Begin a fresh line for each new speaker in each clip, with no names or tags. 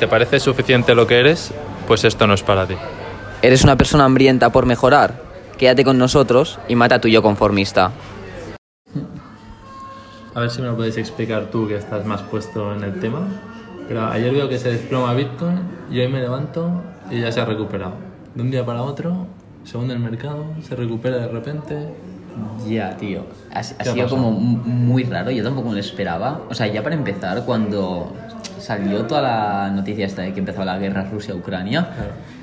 ¿Te parece suficiente lo que eres? Pues esto no es para ti.
Eres una persona hambrienta por mejorar. Quédate con nosotros y mata a tu yo conformista.
A ver si me lo podéis explicar tú que estás más puesto en el tema. Pero ayer veo que se desploma Bitcoin y hoy me levanto y ya se ha recuperado. De un día para otro, según el mercado, se recupera de repente.
Ya, tío. Ha, ha sido como mu- muy raro, yo tampoco me lo esperaba. O sea, ya para empezar, cuando salió toda la noticia esta de que empezaba la guerra Rusia-Ucrania,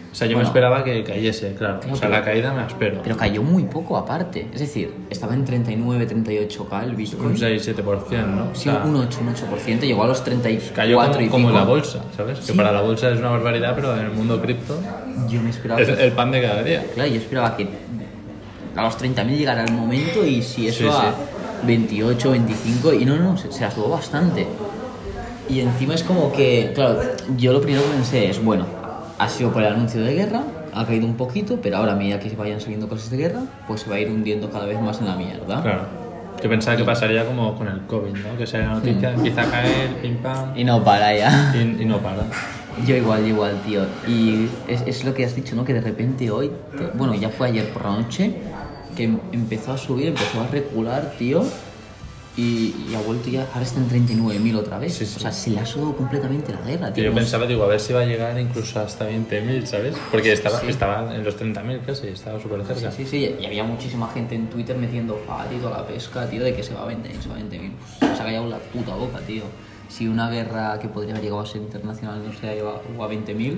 O sea, yo me
Bueno.
esperaba que cayese, claro.
Claro,
O sea,
pero-
la caída me la espero.
pero cayó muy poco aparte. Es decir, estaba en 39, 38k el Bitcoin.
Un 6-7%, ¿no? O
Sí,
sea,
un 8, un 8%, llegó a los 34
Cayó
y
como,
pico.
como la bolsa, ¿sabes? Que para la bolsa es una barbaridad, pero en el mundo cripto
Yo me esperaba
es
que-
el pan de cada día.
Claro, yo esperaba que a los 30.000 llegara el momento y si
Sí,
eso a 28, 25 y no, no, se, se la subió bastante. Y encima es como que, claro, yo lo primero que pensé es, bueno, ha sido por el anuncio de guerra, ha caído un poquito, pero ahora a medida que se vayan saliendo cosas de guerra, pues se va a ir hundiendo cada vez más en la mierda.
Claro. Yo pensaba que pasaría como con el COVID, ¿no? Que sale la noticia, empieza a caer, pim pam, y,
Y no para ya.
y no para.
Yo igual, yo igual, tío. Y es, es lo que has dicho, ¿no? Que de repente hoy, te- bueno, ya fue ayer por la noche, que em- empezó a subir, empezó a recular, tío. Y, y ha vuelto ya, ahora está en 39.000 otra vez.
Sí, sí.
O sea, se le ha sudado completamente la guerra,
Que
tío.
yo
No sé.
pensaba, digo, a ver si va a llegar incluso hasta 20.000, ¿sabes? Porque estaba, estaba en los 30.000 casi, estaba súper cerca.
Sí, sí, y había muchísima gente en Twitter me diciendo, "Fa, tío, la pesca, tío, de que se va a vender, se va a vender mil. Pues, se ha callado la puta boca, tío. Si una guerra que podría haber llegado a ser internacional no se ha llevado a 20.000,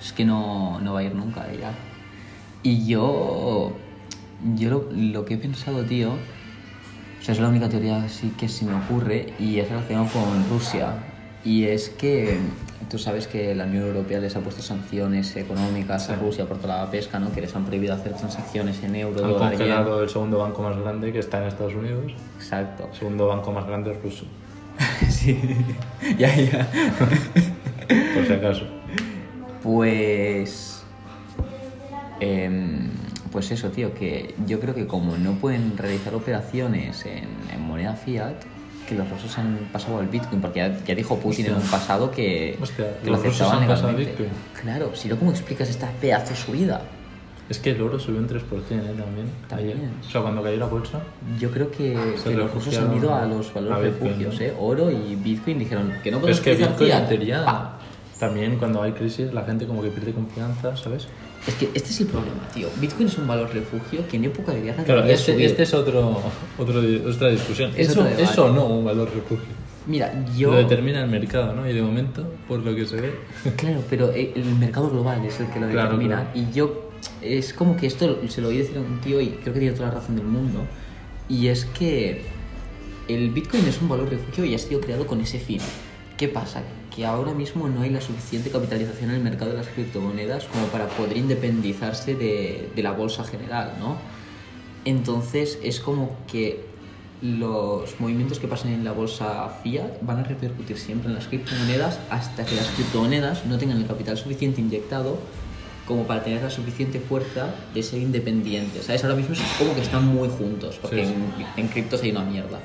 es que no, no va a ir nunca de ya. Y yo, yo lo, lo que he pensado, tío, o sea, es la única teoría así que se me ocurre y es relacionado con Rusia. Y es que mm, tú sabes que la Unión Europea les ha puesto sanciones económicas a Rusia por toda la pesca, ¿no? Que les han prohibido hacer transacciones en euro,
Han
dólar, yen.
congelado el segundo banco más grande que está en Estados Unidos.
Exacto.
El segundo banco más grande pues, es ruso,
sí. ya, ya.
por si acaso.
Pues. em, pues eso, tío, que yo creo que como no pueden realizar operaciones en, en moneda fiat, que los rusos han pasado al Bitcoin, porque ya, ya dijo Putin en un pasado que,
Hostia,
que
los rusos han pasado al
legalmente.
Bitcoin.
Claro, si no, ¿cómo explicas esta pedazo de subida?
Es que el oro subió un 3% ¿eh? también.
También.
ayer. O sea, cuando cayó la bolsa,
Yo creo que,
Ah, Se
que los rusos han
refugiaron
ido a los valores
a Bitcoin,
refugios,
¿no?
¿eh? Oro y Bitcoin dijeron que
Pero
no podemos
es que
utilizar
Bitcoin
fiat. Ah,
en teoría,
Pa.
También cuando hay crisis, la gente como que pierde confianza, ¿sabes?
Es que este es el problema, tío. Bitcoin es un valor refugio que en época de guerra
Claro,
debería
este,
subir.
este es otro, otro di- otra discusión.
Es
eso,
otro debate.
eso no, un valor refugio.
Mira, yo...
Lo determina el mercado, ¿no? Y de momento, por lo que se ve.
Claro, pero e- el mercado global es el que lo
Claro,
determina. Y yo, es como que esto se lo oí decir a un tío y creo que tiene toda la razón del mundo. Y es que el Bitcoin es un valor refugio y ha sido creado con ese fin. ¿Qué pasa? Que ahora mismo no hay la suficiente capitalización en el mercado de las criptomonedas como para poder independizarse de, de la bolsa general, ¿no? Entonces es como que los movimientos que pasan en la bolsa fiat van a repercutir siempre en las criptomonedas hasta que las criptomonedas no tengan el capital suficiente inyectado como para tener la suficiente fuerza de ser independientes. ¿Sabes? Ahora mismo es como que están muy juntos, porque
Sí, sí.
En, en criptos hay una mierda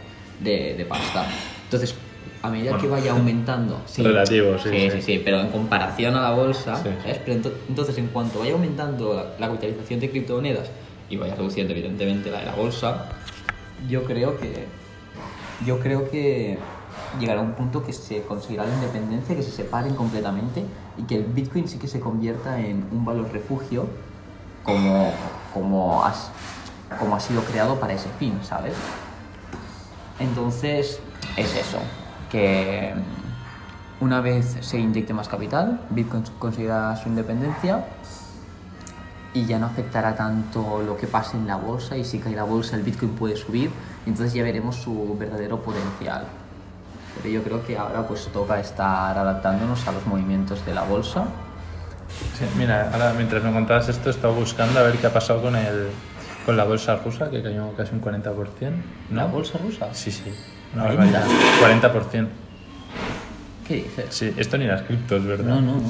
de, de pasta. Entonces, a medida que vaya aumentando... sí.
Relativo, sí,
sí. Sí,
sí.
sí, pero en comparación a la bolsa,
Sí.
¿sabes? Pero ento- entonces, en cuanto vaya aumentando la, la capitalización de criptomonedas y vaya reduciendo, evidentemente, la de la bolsa, yo creo que. Yo creo que llegará un punto que se conseguirá la independencia, que se separen completamente y que el Bitcoin sí que se convierta en un valor refugio como, como, has- como ha sido creado para ese fin, ¿sabes? Entonces, es eso, que mm, una vez se inyecte más capital, Bitcoin conseguirá su independencia y ya no afectará tanto lo que pase en la bolsa y si cae la bolsa el Bitcoin puede subir, y entonces ya veremos su verdadero potencial. Pero yo creo que ahora pues toca estar adaptándonos a los movimientos de la bolsa.
Sí, mira, ahora mientras me contabas esto, estaba buscando a ver qué ha pasado con el con la bolsa rusa, que cayó casi un 40%. ¿no?
¿La bolsa rusa?
Sí, sí. Una
Ahí
barbaridad. 40%.
¿Qué dices?
Sí, esto ni las criptos, ¿verdad?
No, no, no.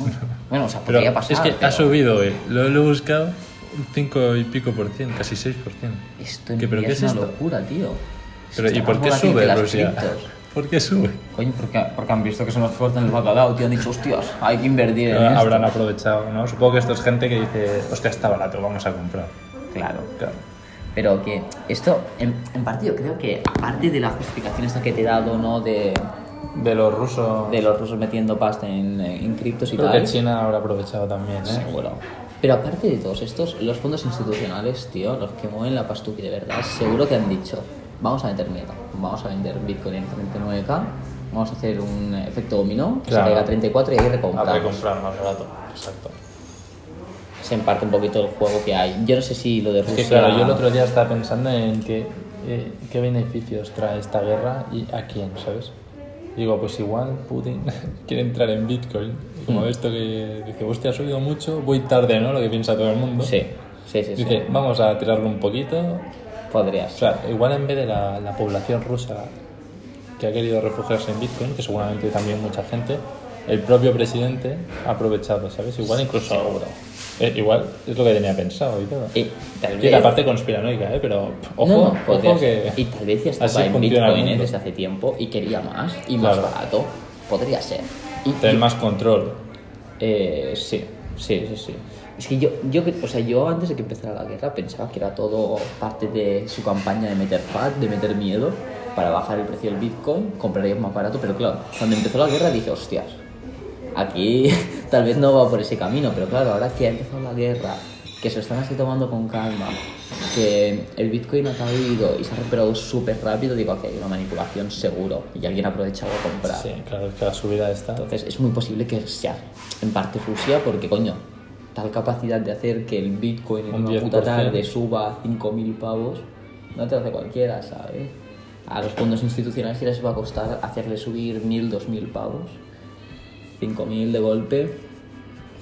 Bueno, o sea,
Pero
podría pasar.
es que
pero
ha subido hoy. Lo, lo he buscado un 5 y pico por ciento, casi 6 por ciento.
Esto en
¿Qué- pero
día
qué
es,
es
una
esto?
locura, tío.
Pero,
Está
¿y por
más
qué
volátil
sube
que las
Rusia?
criptos.
¿Por qué sube?
Coño, porque, porque han visto que se nos cortan el bacalao, tío. Han dicho, hostias, hay que invertir en esto.
Ah, Habrán aprovechado, ¿no? Supongo que esto es gente que dice, hostia, está barato, vamos a comprar.
Claro.
Claro.
Pero que esto, en, en parte yo creo que, aparte de la justificación esta que te he dado, ¿no? De,
De los rusos.
de los rusos metiendo pasta en, eh, en criptos y
Creo
tal.
que China habrá aprovechado también, ¿eh?
Seguro. Ah, Pero aparte de todos estos, los fondos institucionales, tío, los que mueven la pastuqui de verdad, seguro que han dicho, vamos a meter miedo, vamos a vender Bitcoin en 39K, vamos a hacer un efecto dominó, que
Claro. Ah,
se caiga a 34 y ahí
Habrá que
recompramos.
comprar más barato. Exacto.
Se emparte un poquito el juego que hay. Yo no sé si lo de
Es
Rusia...
que claro, yo el otro día estaba pensando en que, eh, qué beneficios trae esta guerra y a quién, ¿sabes? Digo, pues igual Putin quiere entrar en Bitcoin.
Mm.
Como esto que dice, hostia, ha subido mucho, voy tarde, ¿no? Lo que piensa todo el mundo.
Sí, sí, sí, sí.
Dice, vamos a tirarlo un poquito.
Podrías.
O sea, igual en vez de la, la población rusa que ha querido refugiarse en Bitcoin, que seguramente también mucha gente, el propio presidente ha aprovechado, ¿sabes? Igual incluso Eh, igual es lo que tenía pensado y todo.
Y tal
Y
vez...
la parte conspiranoica, ¿eh? Pero pf, ojo,
Eh, No, no, podrías.
ojo que...
Y tal vez ya
así
estaba en
funciona el
Bitcoin eh,
mundo.
desde hace tiempo y quería más y más
Claro.
barato. Podría ser. Y
Tener más control.
Eh, sí, sí, sí, sí. Es que yo, yo, cre- o sea, yo antes de que empezara la guerra pensaba que era todo parte de su campaña de meter fat, de meter miedo, para bajar el precio del Bitcoin, comprarías más barato, pero claro, cuando empezó la guerra dije, hostias, aquí tal vez no va por ese camino, pero claro, ahora que ha empezado la guerra, que se lo están así tomando con calma, que el Bitcoin ha caído y se ha recuperado súper rápido, digo, aquí hay una manipulación seguro y alguien ha aprovechado a comprar.
Sí, claro, es que la subida está...
Entonces es muy posible que sea en parte Rusia porque, coño, tal capacidad de hacer que el Bitcoin en
Un
una puta
10%.
tarde suba a 5.000 pavos, no te lo hace cualquiera, ¿sabes? A los fondos institucionales ya les va a costar hacerle subir 1.000, 2.000 pavos, 5.000 de golpe.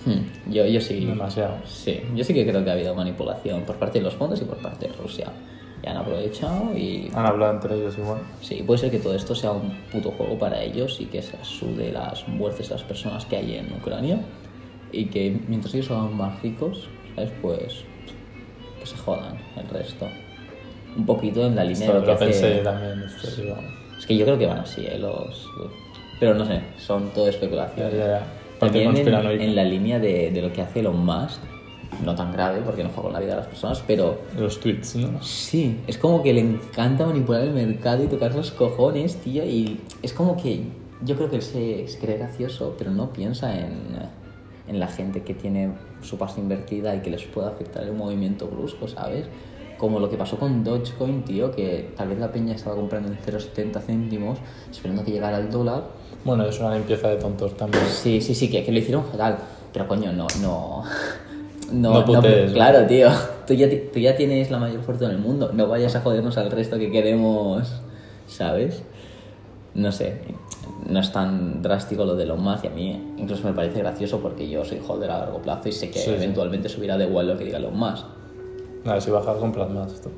Hmm, Yo, yo sí.
Demasiado.
Sí, yo sí que creo que ha habido manipulación por parte de los fondos y por parte de Rusia. Ya han aprovechado y
Han hablado entre ellos igual.
Sí, puede ser que todo esto sea un puto juego para ellos y que se asude las muertes de las personas que hay en Ucrania y que mientras ellos hagan más ricos, ¿sabes? Pues que se jodan el resto. Un poquito en la línea
Esto
de lo que
lo
hace-
pensé también. esto, digo,
Es que yo creo que van así, ¿eh? Los... Pero no sé, son todo especulación.
ya, ya, ya. Parte
También en,
conspiranoica.
en la línea de, de lo que hace Elon Musk, no tan grave porque no juega con la vida de las personas, pero
Los tweets, ¿no?
Sí, es como que le encanta manipular el mercado y tocar los cojones, tío. Y es como que yo creo que él se, se cree gracioso, pero no piensa en, en la gente que tiene su pasta invertida y que les pueda afectar el movimiento brusco, ¿sabes? Como lo que pasó con Dogecoin, tío, que tal vez la peña estaba comprando en 0,70 céntimos, esperando que llegara el dólar.
Bueno, es una limpieza de tontos también.
Pues Sí, sí, sí, que, que lo hicieron fatal. Pero coño, no, no.
No putees, ¿no?
claro, tío. Tú ya, ti- tú ya tienes la mayor fortuna del mundo. No vayas a jodernos al resto que queremos, ¿sabes? No sé. No es tan drástico lo de lo más y a mí incluso me parece gracioso porque yo soy holder a largo plazo y sé que
Sí, sí.
eventualmente subirá de igual lo que diga lo más.
Nada, si bajas compras más. esto.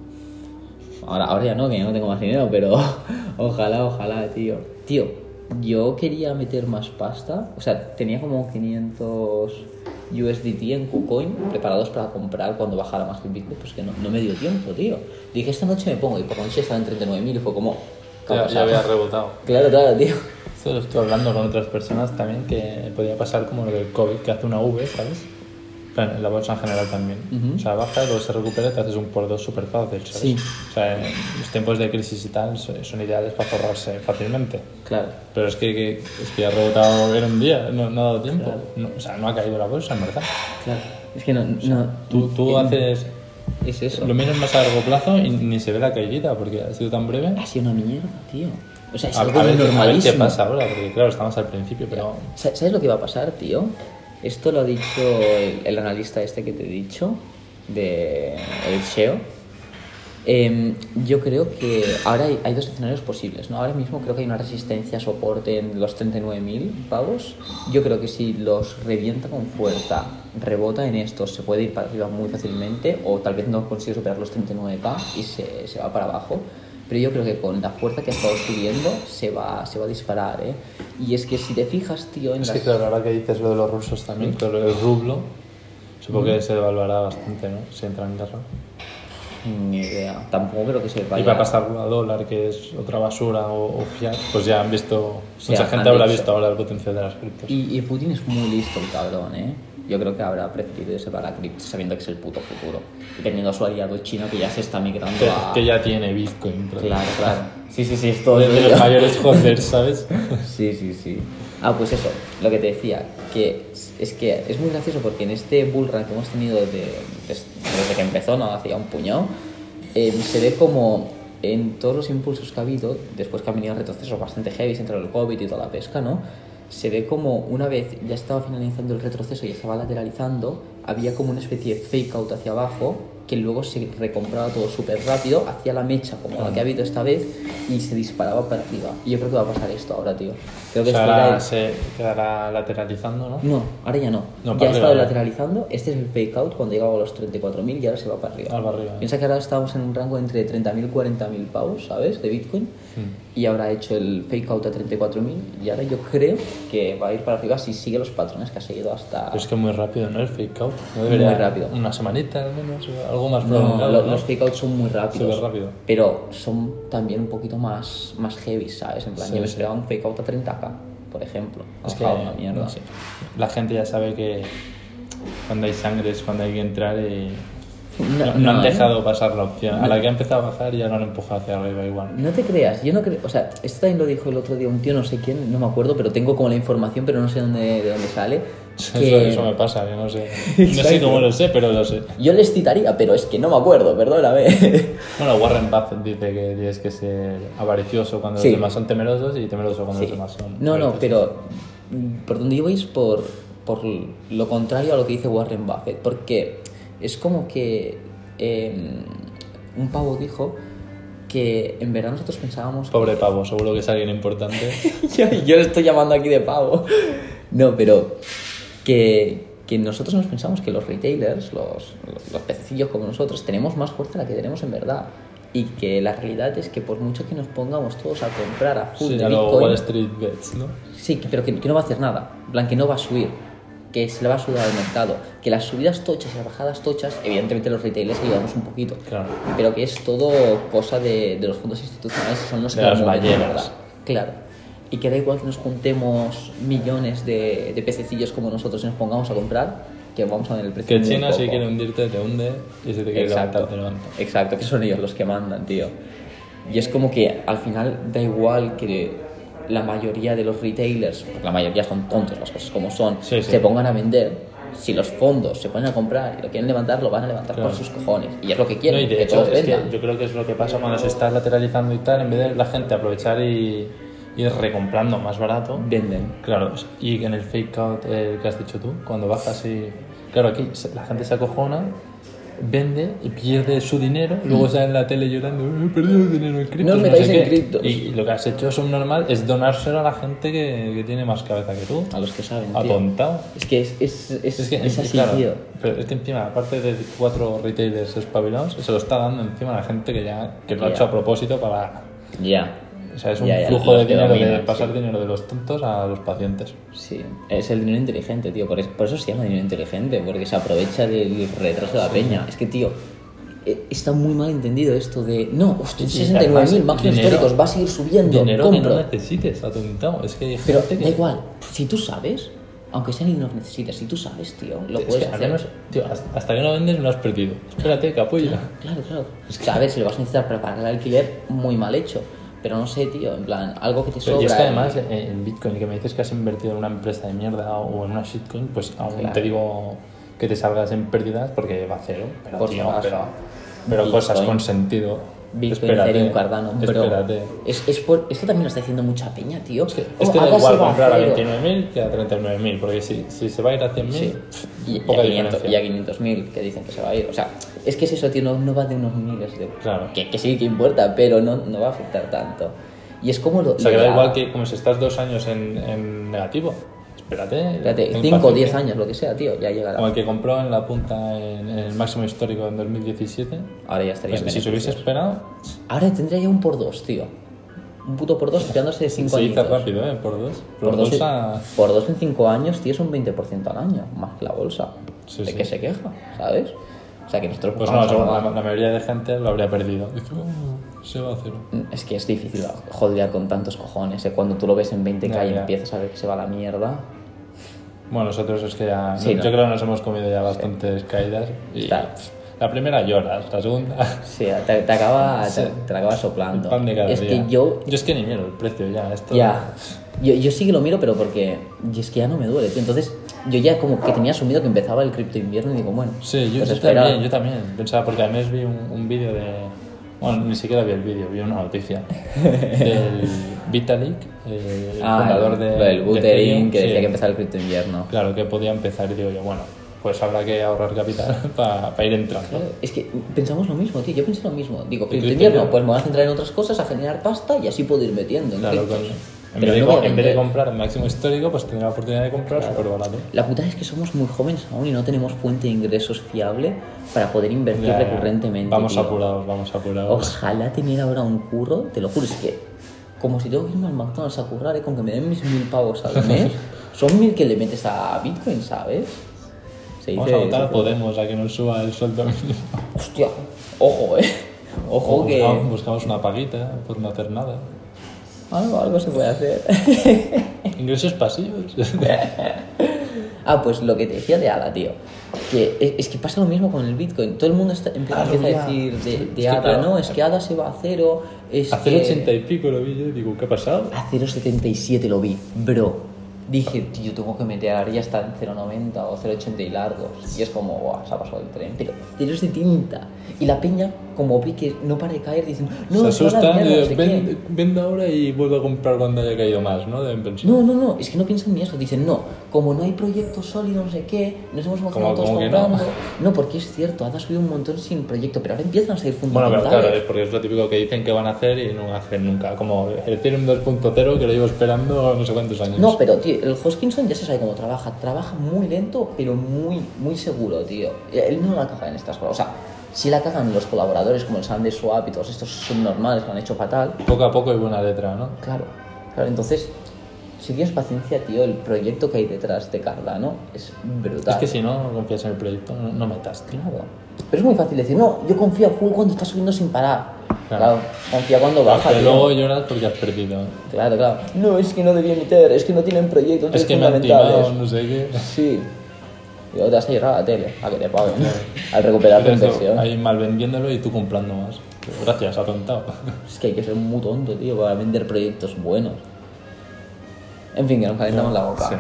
Ahora, ahora ya no, que ya no tengo más dinero, pero ojalá, ojalá, tío. Tío, yo quería meter más pasta. O sea, tenía como 500 USDT en KuCoin preparados para comprar cuando bajara más que el Bitcoin. Pues que no, no me dio tiempo, tío. Dije, esta noche me pongo y por la noche estaba en 39.000 y fue como... ¿qué
Ya, ya
ha pasado?
había rebotado.
Claro, claro, tío.
Esto lo estoy hablando con otras personas también, que podía pasar como lo del COVID, que hace una V, ¿sabes? Claro, en la bolsa en general también. O sea, baja y luego se recupera y te haces un por dos súper fácil, ¿sabes?
Sí.
O sea, en los tiempos de crisis y tal so- son ideales para forrarse fácilmente.
Claro.
Pero es que, que- es que ha rebotado en un día, no, no ha dado tiempo. No, o sea, no ha caído la bolsa, en verdad.
Claro. Es que no... no
Tú, tú haces
Es eso.
lo menos más a largo plazo y ni se ve la caída porque ha sido tan breve.
Ha sido una mierda, tío. O sea, es
A, a ver,
algo
a ver qué
normalísimo.
pasa ahora, porque claro, estamos al principio, pero...
Sa- ¿Sabes lo que va a pasar, tío? Esto lo ha dicho el, el analista este que te he dicho, de el SEO. Em, yo creo que ahora hay, hay dos escenarios posibles, ¿no? Ahora mismo creo que hay una resistencia, soporte en los 39.000 pavos. Yo creo que si los revienta con fuerza, rebota en estos, se puede ir para arriba muy fácilmente o tal vez no consigue superar los 39k y se, se va para abajo. Pero yo creo que con la fuerza que ha estado subiendo se va, se va a disparar, ¿eh? Y es que si te fijas, tío, en
Es
las-
que claro, ahora que dices lo de los rusos también, que lo del rublo, supongo que se devaluará bastante, ¿no? Si entra en guerra.
Ni idea. Tampoco creo que sepa.
Y
ya.
para pasarlo a dólar, que es otra basura, o, o fiat, pues ya han visto,
sea,
mucha gente
han
habrá
dicho.
visto ahora el potencial de las criptos.
Y, y Putin es muy listo, el cabrón, ¿eh? Yo creo que habrá preferido irse para la cripto sabiendo que es el puto futuro. Y teniendo a su aliado chino que ya se está migrando
que,
a...
que ya tiene Bitcoin. pero-
Claro, claro. Sí, sí, sí, es todo
de de
ello.
los mayores holders, ¿sabes?
Sí, sí, sí. Ah, pues eso, lo que te decía, que es- es que es muy gracioso porque en este bull run que hemos tenido de- des- desde que empezó, ¿no? Hacía un puñado, eh, se ve como en todos los impulsos que ha habido, después que han venido retrocesos bastante heavy entre el COVID y toda la pesca, ¿no? Se ve como una vez ya estaba finalizando el retroceso y estaba lateralizando, había como una especie de fake out hacia abajo que luego se recompraba todo súper rápido hacia la mecha, como la que ha habido esta vez, y se disparaba para arriba. Y yo creo que va a pasar esto ahora, tío. Creo
O
que
sea,
esto era
ahora
el-
se quedará lateralizando, ¿no?
No, ahora ya no.
No,
ya
para
ha estado
arriba.
lateralizando, este es el fake out cuando llegaba a los 34.000 y ahora se va para arriba.
Al barrio.
Piensa que ahora estábamos en un rango entre 30.000 y 40.000 pavos, ¿sabes? De Bitcoin.
Mm.
Y ahora ha hecho el fake out a 34.000 y ahora yo creo que va a ir para arriba si sigue los patrones que ha seguido hasta...
Pero es que muy rápido, ¿no? El fake out. No
Muy
debería,
rápido.
Una semanita al menos, o algo más
No,
prolongado.
lo-
¿no?
los fake outs son muy rápidos.
Súper rápido.
Pero son también un poquito más, más heavy, ¿sabes? En plan,
Sí,
yo me
sí.
esperaba un fake out a 30k, por ejemplo.
Es que
Ojalá, una mierda.
no sé. la gente ya sabe que cuando hay sangre es cuando hay que entrar y no, no han
¿eh?
dejado pasar la opción. A la que ha empezado a bajar ya no han empujado hacia arriba igual.
No te creas, yo no creo, o sea, esto también lo dijo el otro día un tío, no sé quién, no me acuerdo, pero tengo como la información, pero no sé dónde, de dónde sale.
Eso,
que
eso me pasa, yo no sé. No sé cómo lo sé, pero lo sé.
Yo les citaría, pero es que no me acuerdo, perdóname.
Bueno, Warren Buffett dice que tienes que ser avaricioso cuando
Sí.
los demás son temerosos y temeroso cuando
Sí.
los demás son.
No, no,
avariciosos.
pero mm, por donde ibais por, por lo contrario a lo que dice Warren Buffett, porque es como que eh, un pavo dijo que en verdad nosotros pensábamos... que-
Pobre pavo, seguro que es alguien importante.
yo, yo le estoy llamando aquí de pavo. No, pero que, que nosotros nos pensamos que los retailers, los, los pececillos como nosotros, tenemos más fuerza de la que tenemos en verdad. Y que la realidad es que por mucho que nos pongamos todos a comprar a full
Sí,
de
a lo
Bitcoin,
Wall Street Bets, ¿no?
Sí, que- pero que, que no va a hacer nada. En plan, que no va a subir. Que se le va a sudar al mercado. Que las subidas tochas y las bajadas tochas, evidentemente los retailers ayudamos un poquito.
Claro.
Pero que es todo cosa de, de los fondos institucionales, que son los
De
que la
las
mueven,
ballenas.
¿verdad? Claro. Y que da igual que nos juntemos millones de, de pececillos como nosotros y nos pongamos a comprar, que vamos a ver el precio.
Que
muy
China si
poco.
quiere hundirte te hunde y si te quiere levantar te levanta.
Exacto, que son ellos los que mandan, tío. Y es como que al final da igual que la mayoría de los retailers, porque la mayoría son tontos, las cosas como son,
Sí, sí.
se pongan a vender. Si los fondos se ponen a comprar y lo quieren levantar, lo van a levantar
Claro.
por sus cojones. Y es lo que
No,
quieren,
y de
que
hecho,
todos
es que
vendan.
yo creo que es lo que pasa cuando se está lateralizando y tal, en vez de la gente aprovechar y ir recomprando más barato.
Venden.
Claro, y en el fake out eh, que has dicho tú, cuando bajas y... Claro, aquí se- la gente se acojona, vende y pierde su dinero, luego sale en la tele llorando, "Eh, he perdido el dinero en criptos,
Mm. No metáis
sé
en
qué".
criptos.
Y, y lo que has hecho, eso normal, es donárselo a la gente que, que tiene más cabeza que tú.
A los que saben, tío.
Atontado.
Es que es, es, es,
Es que,
es así,
claro,
tío.
pero es que encima, aparte de cuatro retailers espabilados, se lo está dando encima a la gente que ya que lo ha
Ya.
hecho a propósito para.
Ya.
O sea, es un
Ya, ya,
flujo
los
de
que
dinero, de
dominan,
pasar
sí.
dinero de los tontos a los pacientes.
Sí, es el dinero inteligente, tío. Por, es- por eso se llama dinero inteligente, porque se aprovecha del retraso de la peña. Es que, tío, eh, está muy mal entendido esto de. No, hostia,
Sí,
69.000
además,
máximos
dinero-
históricos, va a seguir subiendo.
Dinero que
compro.
no este necesites, atontado. Es que hay
Pero
gente que-
da igual, si tú sabes, aunque sea ni los necesites, si tú sabes, tío,
es
lo
que
puedes
al
hacer.
menos, tío, hasta hasta que no vendes no has perdido. Espérate, capullo.
Claro, claro. Es que, a ver, si lo vas a necesitar para pagar el alquiler, muy mal hecho. Pero no sé, tío, en plan, algo que te sobra.
Y es que
eh.
además eh, en Bitcoin, que me dices que has invertido en una empresa de mierda o en una shitcoin, pues aún
Claro.
te digo que te salgas en pérdidas porque va a cero. Pero,
Por
tío,
supuesto.
pero, pero cosas
Bitcoin.
con sentido.
Bitcoin,
espérate,
Ethereum, Cardano, pero
Espérate.
es, es, por, es que también lo está diciendo mucha peña, tío.
Es que,
Oh,
es que da
ahora se
igual
va
comprar a
cero.
29.000 que a 39.000, porque si, si se va a ir a 100.000,
Sí. Y, y a
poca
500 y
diferencia.
a 500.000 que dicen que se va a ir. O sea, es que es eso, tío, no, no va de unos miles de...
Claro.
Que, que sí, que importa, pero no, no va a afectar tanto. Y es como lo...
O sea,
lo
que
de
da
la-
igual que como si estás dos años en, en negativo. Espérate.
Espérate,
ten
5 o 10
paciencia.
años, lo que sea, tío, ya llegará.
Como el que compró en la punta en, en el máximo histórico en 2017.
Ahora ya estaría
Pues, si
en
se
beneficios.
hubiese esperado,
Ahora tendría ya un por dos, tío. Un puto por dos quedándose de 5
Se
años.
hizo rápido, ¿eh? Por dos.
Por dos,
a...
por dos en 5 años, tío, es un 20% al año, más que la bolsa.
Sí,
¿De
sí.
qué se queja? ¿Sabes? O sea, que nosotros
Pues no,
jugamos a
seguro,
jugar.
la, la mayoría de gente lo habría perdido. Dice, "Oh, se va a cero.
Es que es difícil holdear con tantos cojones. ¿eh? Cuando tú lo ves en 20k
Ya,
y
ya.
empiezas a ver que se va a la mierda.
Bueno, nosotros es que ya.
Sí,
yo
no.
creo que nos hemos comido ya bastantes caídas. Y
Claro.
pff, la primera lloras, la segunda.
Sí, te, te acaba,
Sí.
te, te la acaba soplando.
el pan de cada
es
día.
que yo.
Yo es que ni miro el precio ya. Esto,
Ya. Yo, yo sí que lo miro, pero porque. Y es que ya no me duele, tío. Entonces, yo ya como que tenía asumido que empezaba el cripto invierno y digo, bueno.
Sí, yo,
pues
yo
espera.
también, yo también. Pensaba, porque además vi un, un vídeo de... Bueno, ni siquiera vi el vídeo, vi una noticia. del Vitalik, eh, el
Ah,
fundador
el-
de...
lo del
de
Buterin,
Ethereum,
que decía
sí.
que empezaba el cripto invierno.
Claro, que podía empezar y digo yo, bueno, pues habrá que ahorrar capital para ir entrando.
Claro, Es que pensamos lo mismo, tío. Yo pensé lo mismo. Digo, cripto
cripto
invierno,
invierno.
pues me voy a centrar en otras cosas, a generar pasta y así puedo ir metiendo. en
Claro,
criptos.
coño. En
Pero
vez, de,
no
co-
voy a
en vez de
vender.
comprar el máximo histórico, pues tener la oportunidad de comprar súper barato.
La putada es que somos muy jóvenes aún y no tenemos fuente de ingresos fiable para poder invertir
Ya, ya.
recurrentemente.
Vamos
tío.
apurados, vamos apurados.
Ojalá tener ahora un curro, te lo juro, es que como si tengo que irme al McDonald's a currar, ¿eh? con que me den mis mil pavos al mes, son mil que le metes a Bitcoin, ¿sabes? Se
Vamos a
dice-
votar a Podemos a que nos suba el sueldo mínimo.
Hostia, ojo, eh. Ojo
O
que
buscamos- buscamos una paguita por no hacer nada.
algo, algo se puede hacer.
Ingresos pasivos.
ah, pues lo que te decía de Ada, tío. Que es, es que pasa lo mismo con el Bitcoin. Todo el mundo está, empie-
Claro,
empieza
ya.
a decir de, de
Es que
Ada,
claro.
no, es que Ada se va a cero. Es
A
que-
0,80 y pico lo vi yo y digo, ¿qué ha pasado?
A 0,77 lo vi, bro. Dije, tío, tengo que meter, ahora ya está en 0,90 o 0,80 y largos. Y es como, guau, se ha pasado el tren. Pero 0,70. Y la peña, como vi que no para de caer, dicen, no,
se
es que ahora la
asustan y
mierda, no sé
dicen,
qué".
"Ven- vendo ahora y vuelvo a comprar cuando haya caído más, ¿no? Deben pensar.
No, no, no, es que no piensan ni eso. Dicen, no, como no hay proyecto sólido, no sé qué, nos hemos emocionado
Como-
todos
como que no.
comprando. No? porque es cierto, ha subido un montón sin proyecto, pero ahora empiezan a salir
Bueno,
fundamentales.
pero claro, es porque es lo típico que dicen que van a hacer y no hacen nunca. Como el Ethereum 2.0 que lo llevo esperando no sé cuántos años.
No, pero tío, el Hoskinson ya se sabe cómo trabaja. Trabaja muy lento, pero muy, muy seguro, tío. Él no la caga en estas cosas. O sea, sí la cagan los colaboradores como el Sandy Swap y todos estos subnormales que lo han hecho fatal.
Poco a poco y buena letra, ¿no?
Claro, claro. Entonces, si tienes paciencia, tío, el proyecto que hay detrás de Cardano es brutal.
Es que si no confías en el proyecto, no, no metas, tío.
Claro. Pero es muy fácil decir, no, yo confío a full cuando está subiendo sin parar.
Claro.
Claro, confía cuando baja.
Porque
tío.
luego lloras porque has perdido.
Claro, claro. No, es que no debía meter, es que no tienen proyectos, no
Es que
tienen
me han
fundamentales.
timado, no sé qué.
Sí. Y luego te vas a llorar a la tele, a que te paguen, al recuperar tu inversión.
Ahí mal vendiéndolo y tú comprando más. Gracias, atontado.
Es que hay que ser muy tonto, tío, para vender proyectos buenos. En fin, que nos calentamos la boca.
Sí.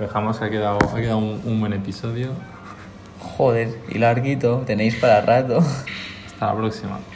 Dejamos que ha quedado, ha quedado un, un buen episodio.
Joder, y larguito, tenéis para rato.
Hasta la próxima.